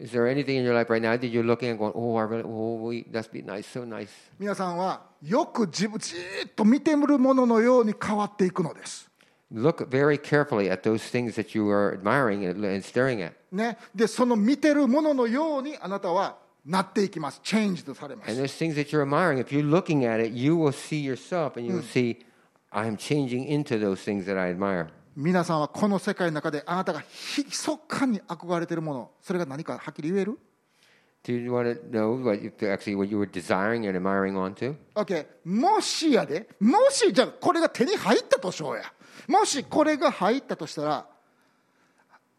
B: Is there anything in your life right now that you're looking and going, oh, I really, oh, we, that's be nice, so nice?
A: 皆さんはよく自分じーっと見てみるもののように変わっていくのです、
B: Look very carefully at those things that you are admiring and, and staring at.
A: ね、でその見てるもののようにあなたはなっていきますチェンジとされます
B: And there's things that you're admiring. If you're looking at it, you will see yourself and you will see, I'm changing into those things that I admire.
A: 皆さんはこの世界の中であなたがひそかに憧れているものそれが何かはっきり言える
B: Do you want to know what you, actually what you were desiring and admiring onto?
A: ?OK もしやでもしじゃあこれが手に入ったとしようやもしこれが入ったとしたら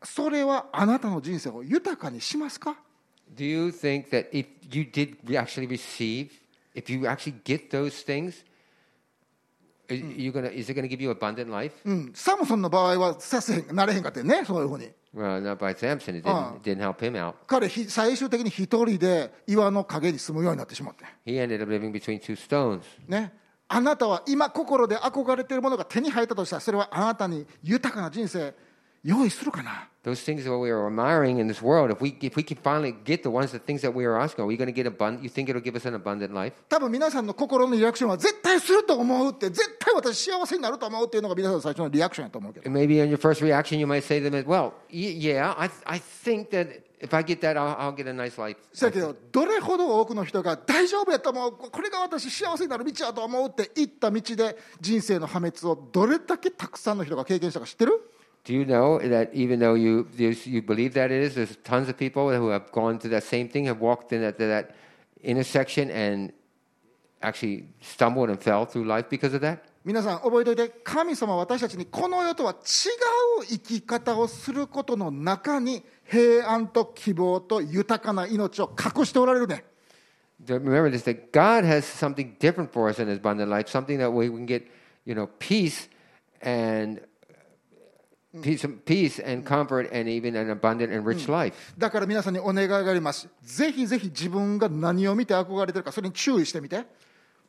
A: それはあなたの人生を豊かにしますか
B: Do you think that if you did re- actually receive, if you actually get those things, are you gonna, is it going to give you abundant life?
A: うん、サムソンの場合はさせへんなれへんかってねそういうふうに
B: Well, not by Samson. It didn't,
A: Ah.
B: didn't help him out.
A: 彼ひ最終的に一人で岩の陰に住むようになってしまって、
B: He ended up living between two stones.
A: ね、あなたは今心で憧れているものが手に入ったとしたらそれはあなたに豊かな人生用意するかな
B: Those things that we are admiring in this world, if we, if we can finally get the ones, the things that we are asking, are we going to get abundant? You think it'll give us an abundant life?
A: 多分皆さんの心のリアクションは絶対すると思うって絶対私幸せになると思うっていうのが皆さんの最初のリアクションやと思うけど
B: And maybe in your first reaction, you might say to them, well, y- yeah, I, I think that if I get that, I'll, I'll get a nice life.
A: せやけどどれほど多くの人が大丈夫やと思うこれが私幸せになる道やと思うって言った道で人生の破滅をどれだけたくさんの人が経験したか知ってる
B: Do you know that even though you, you, you believe that it is, there's tons of people who have gone through that same thing, have walked in that, that intersection and actually stumbled and fell through life because of that?
A: 皆さん覚えておいて神様は私たちにこの世とは違う生き方をすることの中に平安と希望と豊かな命を隠しておられるね
B: Remember this that God has something different for us in His abundant life, something that we can get, you know, peace and peace, peace and comfort, and even an abundant and rich life.
A: だから皆さんにお願いがありますぜひぜひ自分が何を見て憧れてるかそれに注意してみて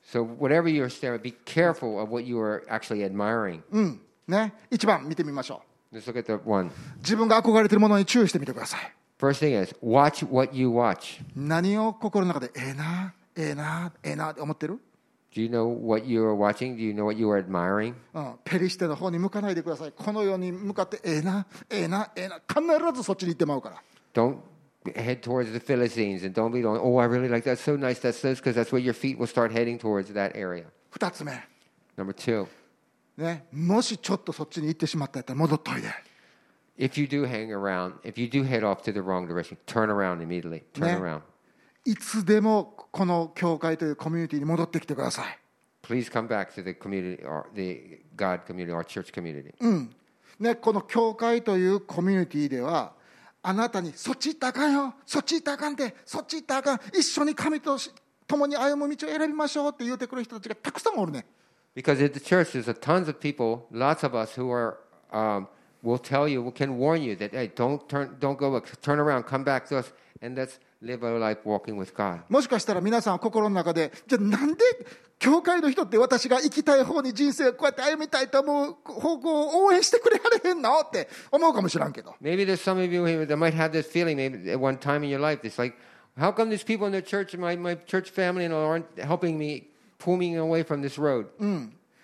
B: So whatever you're staring, be careful of what you are actually admiring.
A: うんね一番見てみましょ
B: Let's look at the one.
A: う自分が憧れてるものに注意してみてください
B: First thing is watch what you watch.
A: 何を心の中でええなええなええなって思ってる、
B: Do you know what you are watching? Do you know what you are admiring?
A: うん、ペリシテの方に向かないでくださいこの世に向かってええなええなええな必ずそっちに行ってまうから
B: Don't head towards the Philistines and don't be going, oh, I really like that. That's so nice. That's those because that's where your feet will start heading towards that area.
A: 2つ目
B: Number two.
A: ね、もしちょっとそっちに行ってしまったやったら戻っといで、
B: If you do hang around, if you do head off to the wrong direction, turn around immediately. Turn
A: Yeah.
B: around.
A: いつでもこの教会というコミュニティに戻ってきてください、
B: Please come back to the community, or the God community, our church community.
A: ね、この教会というコミュニティではあなたにそっち行ったらあかんよそっち行ったらあかんでそっち行ったらあかん一緒に神とし共に歩む道を選びましょうって言うてくる人たちがたくさんおるね
B: Because at the church, there's a tons of people, lots of us who are um, will tell you, can warn you that hey, don't turn, don't go, back. turn around, come back to us, and let's live our life walking with God.
A: もしかしたら皆さんは心の中でじゃあなんで教会の人って私が行きたい方に人生をこうやって歩みたいと思う方向を応援してくれはれへんのって思うかもしらんけど
B: Maybe there's some of you here that might have this feeling. Maybe at one time in your life, it's like, how come these people in the church, my, my church family, and all aren't helping me, pull me away from this road?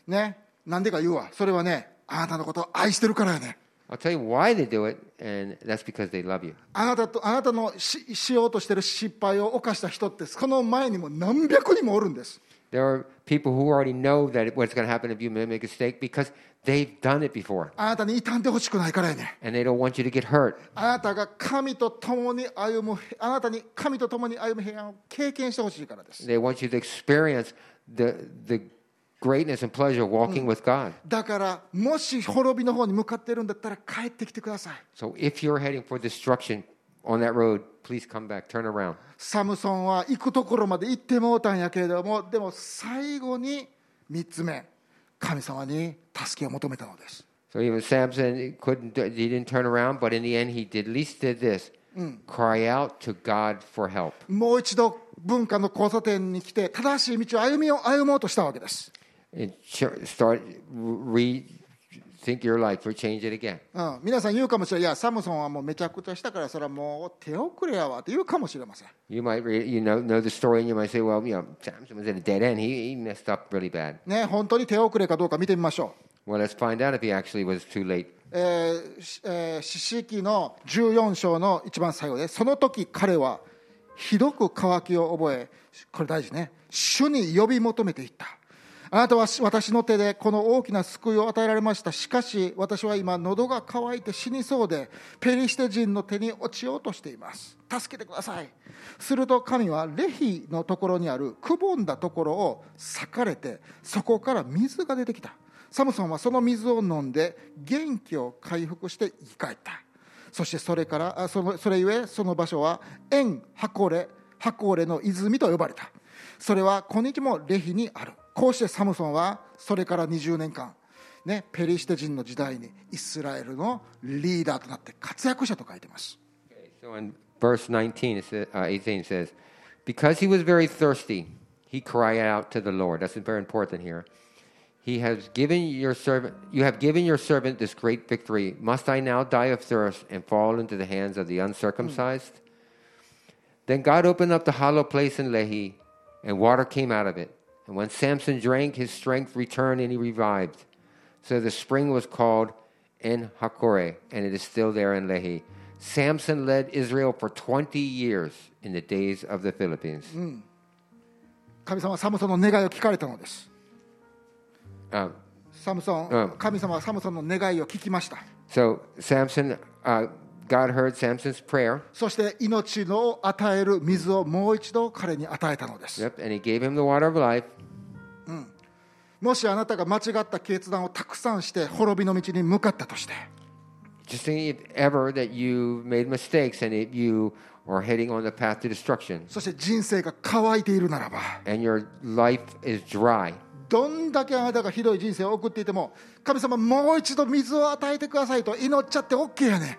A: ね、なんでか言うわ、それはね、あなたのことを愛してるからやね。
B: I'll tell you why they do it, and that's because they love you.
A: あなたとあなたのししようとしてる失敗を犯した人って、その前にも何百人もおるんです。
B: There are people who already know that what's going to happen if you make a mistake because they've done it before,
A: あなたに傷んでほしくないからやね。
B: and they don't want you to get hurt.
A: あなたが神と共に歩む、あなたに神と共に歩む平安を経験してほしいからです。
B: They want you to experience the the greatness and pleasure of walking with God.
A: だから、もし滅びの方に向かってるんだったら帰ってきてください。
B: So if you're heading for destruction on that road, please come back, turn around.
A: サムソンは行くところまで行ってもうたんやけれども、でも最後に3つ目、神様に助けを求めたのです。
B: So even Samson couldn't do- he didn't turn around, but in the end he did at least did this. Cry out to God for help.
A: もう一度文化の交差点に来て正しい道を歩みを歩もうとしたわけです、
B: And ch- start re- rethink your life or change it again.
A: うん、皆さん言うかもしれないいやサムソンはもうめちゃくちゃしたからそれはもう手遅れやわって言うかもしれません
B: You might re- you know know the story and you might say, well, you know, Samson was at a dead end. He, he messed up really bad.
A: ね本当に手遅れかどうか見てみましょ
B: Well, let's find out if he actually was too late.
A: う、えーしえー詩式の14章の一番最後でその時彼はひどく渇きを覚えこれ大事ね主に呼び求めていったあなたは私の手でこの大きな救いを与えられましたしかし私は今喉が渇いて死にそうでペリシテ人の手に落ちようとしています助けてくださいすると神はレヒのところにあるくぼんだところを裂かれてそこから水が出てきたサムソンはその水を飲んで元気を回復して生き返ったそしてそれからあそのそれゆえその場所はエン・ハコレハコレの泉と呼ばれたそれは今日もレヒにあるこうしてサムソンはそれから20年間ね、ペリシテ人の時代にイスラエルのリーダーとなって活躍したと書いてます。
B: Okay, so in verse 19, it says, uh, 18 it says, Because he was very thirsty, he cried out to the Lord. That's very important here. He has given your servant, you have given your servant this great victory. Must I now die of thirst and fall into the hands of the uncircumcised? Then God opened up the hollow place in Lehi, and water came out of it. And when Samson drank, his strength returned and he revived. So the spring was called En Hakore, and it is still there in Lehi. Samson led Israel for 20 years in the days of the Philippines.
A: 神様はサムソンの願いを聞かれたのです。
B: Um,
A: サムソン、
B: うん
A: 神様はサムソンの願いを聞きました。
B: so Samson, uh, God heard Samson's prayer,
A: そして命の与える水をもう一度彼に与えたのです。
B: yep, and he gave him the water of life.
A: もしあなたが間違った決断をたくさんして滅びの道に向かったとして
B: Just think if ever that you made mistakes and if you are heading on the path to destruction
A: そして人生が乾いているならば
B: and your life is dry.
A: どんだけあなたがひどい人生を送っていても神様もう一度水を与えてくださいと祈っちゃって OK やね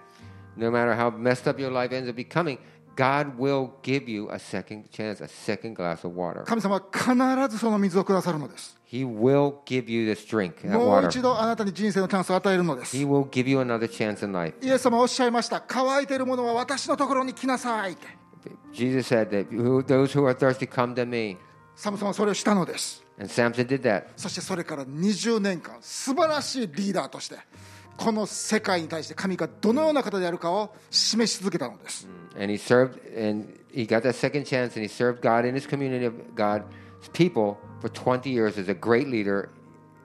A: ん
B: no matter how messed up your life ends up becoming, God will give you a second chance, a second glass of water.
A: 神様は必ずその水をくださるのです
B: He will give you this drink, that
A: もう一
B: water.
A: 度あなたに人生のチャンスを与えるのです
B: He
A: イ
B: will give you another chance in life.
A: エス様はおっしゃいました乾いているものは私のところに来なさいって
B: Jesus said that "Who- those who are thirsty come to me.
A: サムソンはそれをしたのです
B: And Samson did that.
A: そしてそれから20年間素晴らしいリーダーとしてこの世界に対して神がどのような方であるかを示し続けたのです、
B: And he served, and he got that second chance, and he served God in his community of God's people for 20 years as a great leader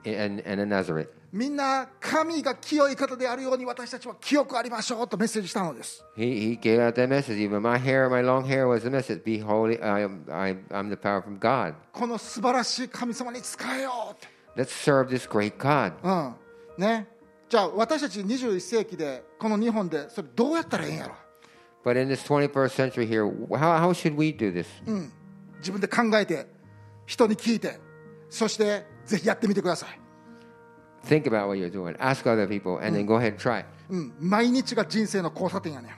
B: and, and a Nazareth.
A: みんな神が清い方であるように私たちは清くありましょうとメッセージしたのです
B: He, he gave out that message. Even my hair, my long hair was the message. Be holy. I am, I, am- I'm the power from God.
A: この素晴らしい神様に仕えようって
B: Let's serve this great God.
A: うんねじゃあ私たち21世紀でこの日本でそれどうやったらええんやろ
B: But in this 21st century here, how, how should we do this?
A: 自分で考えて人に聞いてそしてぜひやってみてください
B: Think about what you're doing. Ask other people, and then go ahead and try it.
A: うん毎日が人生の交差点やねん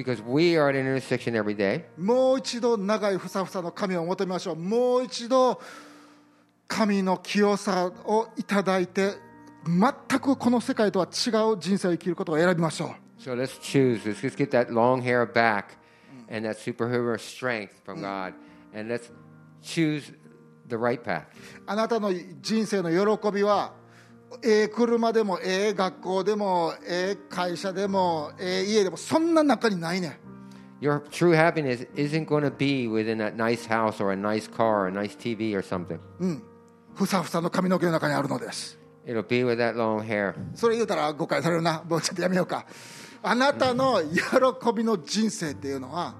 B: Because we are at an intersection every day.
A: もう一度長いふさふさの髪を求めましょうもう一度神の清さをいただいて全くこの世界とは違う人生を生きることを選びましょ
B: So let's choose. Let's just get that long hair back and that superhuman strength from God. And let's choose the right path.
A: うあなたの人生の喜びはええ車でもええ学校でもええ会社でもええ家でもそんな中にないねん
B: Your true happiness isn't going to be within that nice house or a nice car or a nice TV or something.
A: ふさふさの髪の毛の中にあるのです
B: It'll be with that long hair.
A: それ言うたら誤解されるなもうちょっとやめようかあなたの喜びの人生っていうのは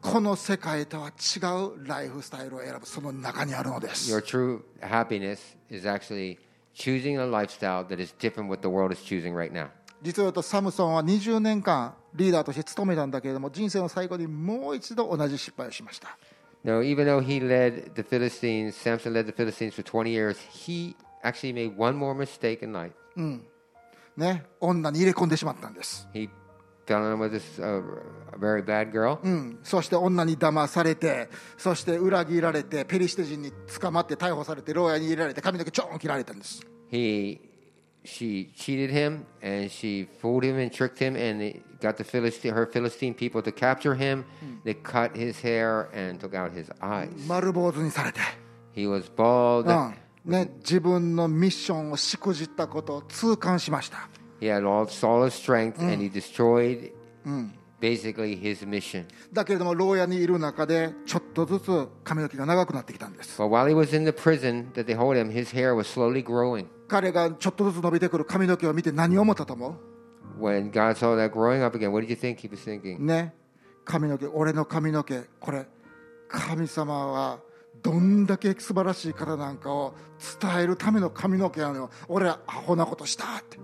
A: この世界とは違うライフスタイルを選ぶその中にあるのです
B: Your true happiness is actually choosing a lifestyle that is different what the world is choosing right now.
A: 実を言うとサムソンは20年間リーダーとして務めたんだけれども人生の最後にもう一度同じ失敗をしました
B: No, even though he led the Philistines, Samson led the Philistines for 20 years, he actually made one more mistake in life.
A: ね女に入れ込んでしまったんです、
B: He fell in love with this uh, very bad girl,
A: うん、そして女に騙されてそして裏切られてペリシテ人に捕まって逮捕されて牢屋に入れられて髪の毛ちょん切られたんです
B: he she cheated him and she fooled him and tricked him and it got the Philistine, her Philistine people to capture him. They cut his hair and took out his eyes.
A: 丸坊主にされて
B: He was bald.
A: うんね、自分のミッションをしくじったことを痛感しました、
B: He had all all his strength, and he destroyed basically his mission.
A: だけれども牢屋にいる中でちょっとずつ髪の毛が長くなってきたんです
B: But while he was in the prison that they hold him, his hair was slowly growing.
A: 彼がちょっとずつ伸びてくる髪の毛を見て何を思ったと思
B: When God saw that growing up again, what did you think he was
A: う
B: thinking?
A: ね髪の毛俺の髪の毛これ神様はどんだけ素晴らしい方なんかを伝えるための髪の毛なのよ俺はアホなことしたって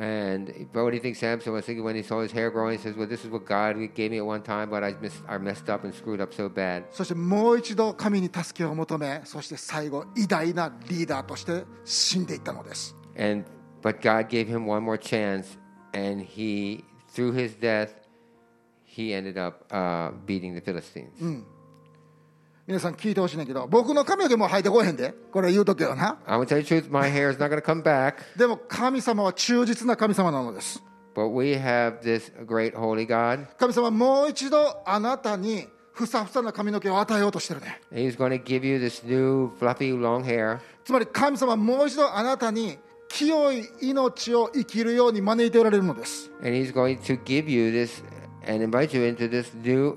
B: And but what do you think Samson was thinking when he saw his hair growing? He says, "Well, this is what God gave me at one time, but I missed, I messed up and screwed up so bad."
A: そしてもう一度神に助けを求めそして最後偉大なリーダーとして死んでいったのです
B: And but God gave him one more chance, and he through his death, he ended up uh, beating the Philistines.
A: 皆さん聞いてほしいねんけど僕の髪の毛もう生えてこへんでこれ言うとけよな
B: I'm gonna tell you the truth. My hair is not gonna come back.
A: でも神様は忠実な神様なのです
B: But we have this great holy God.
A: 神様はもう一度あなたにふさふさな髪の毛を与えようとしてるね
B: He's going to give you this new fluffy long hair.
A: つまり神様はもう一度あなたに清い命を生きるように招いておられるのです
B: And he's going to give you this and invite you into this new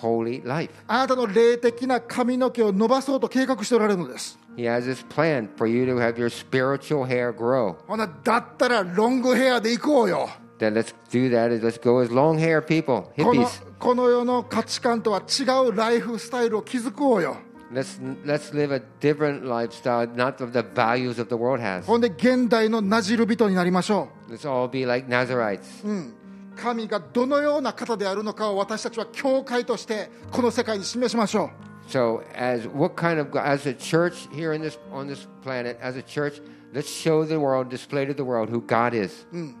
B: holy life.
A: あなたの霊的な髪の毛を伸ばそうと計画しておられるのです
B: He has this plan for you to have your spiritual hair grow.
A: ほなだったらロングヘアで行こうよ
B: Then let's do that. Is let's go as long hair people,
A: この
B: hippies.
A: この世の価値観とは違うライフスタイルを築こうよ
B: Let's let's live a different lifestyle, not of the values of the world has.
A: ほんで現代のなじる人になりましょ
B: Let's all be like Nazarites.
A: う神がどのような方であるのかを私たちは教会としてこの世界に示しましょ
B: So, as what kind of as a church here in this on this planet, as a church, let's show the world, display to the world who God is.
A: う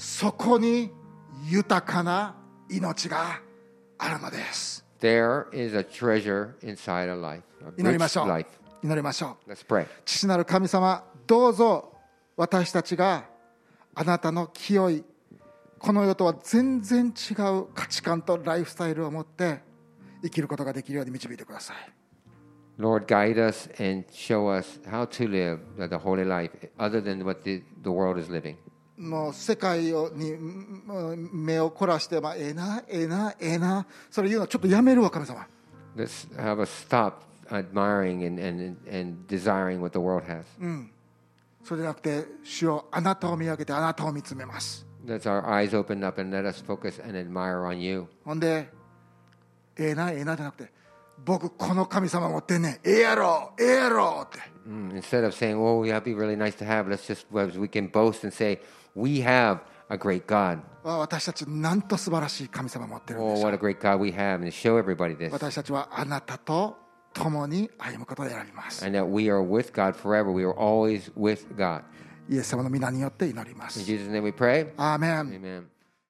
A: そこに豊かな命があるのです
B: There is a treasure inside our life, a
A: 祈りま
B: rich
A: しょう
B: life.
A: 祈りましょう
B: Let's pray.
A: 父なる神様どうぞ私たちがあなたの清いこの世とは全然違う価値観とライフスタイルを持って生きることができるように導いてください
B: Lord, guide us and show us how to live the the holy life other than what the, the world is living.
A: もう世界をにうん目を凝らして、まあ、ええなええなええなそれ言うのちょっとやめるわ神様
B: Let's have us stop admiring and, and, and desiring what the world has.
A: それじゃなくて主をあなたを見上げてあなたを見つめます
B: Let's our eyes open up and let us focus and admire on you.
A: ほんでええなええなじゃなくて僕この神様持ってんねんええやろええやろって
B: Mm, Instead of saying, "Oh, yeah, that'd be really nice to have," let's just well, we can boast and say, "We have a great God."
A: わ私たちなんと素晴らしい神様を持ってるんで
B: Oh,
A: す
B: what a great God we have, and show everybody this,
A: 私たちはあなたと共に歩むことを選びます。
B: and that we are with God forever. We are always with God.
A: イエス様の皆によって祈りま
B: In
A: す。
B: Jesus' name, we pray.
A: アーメン
B: Amen.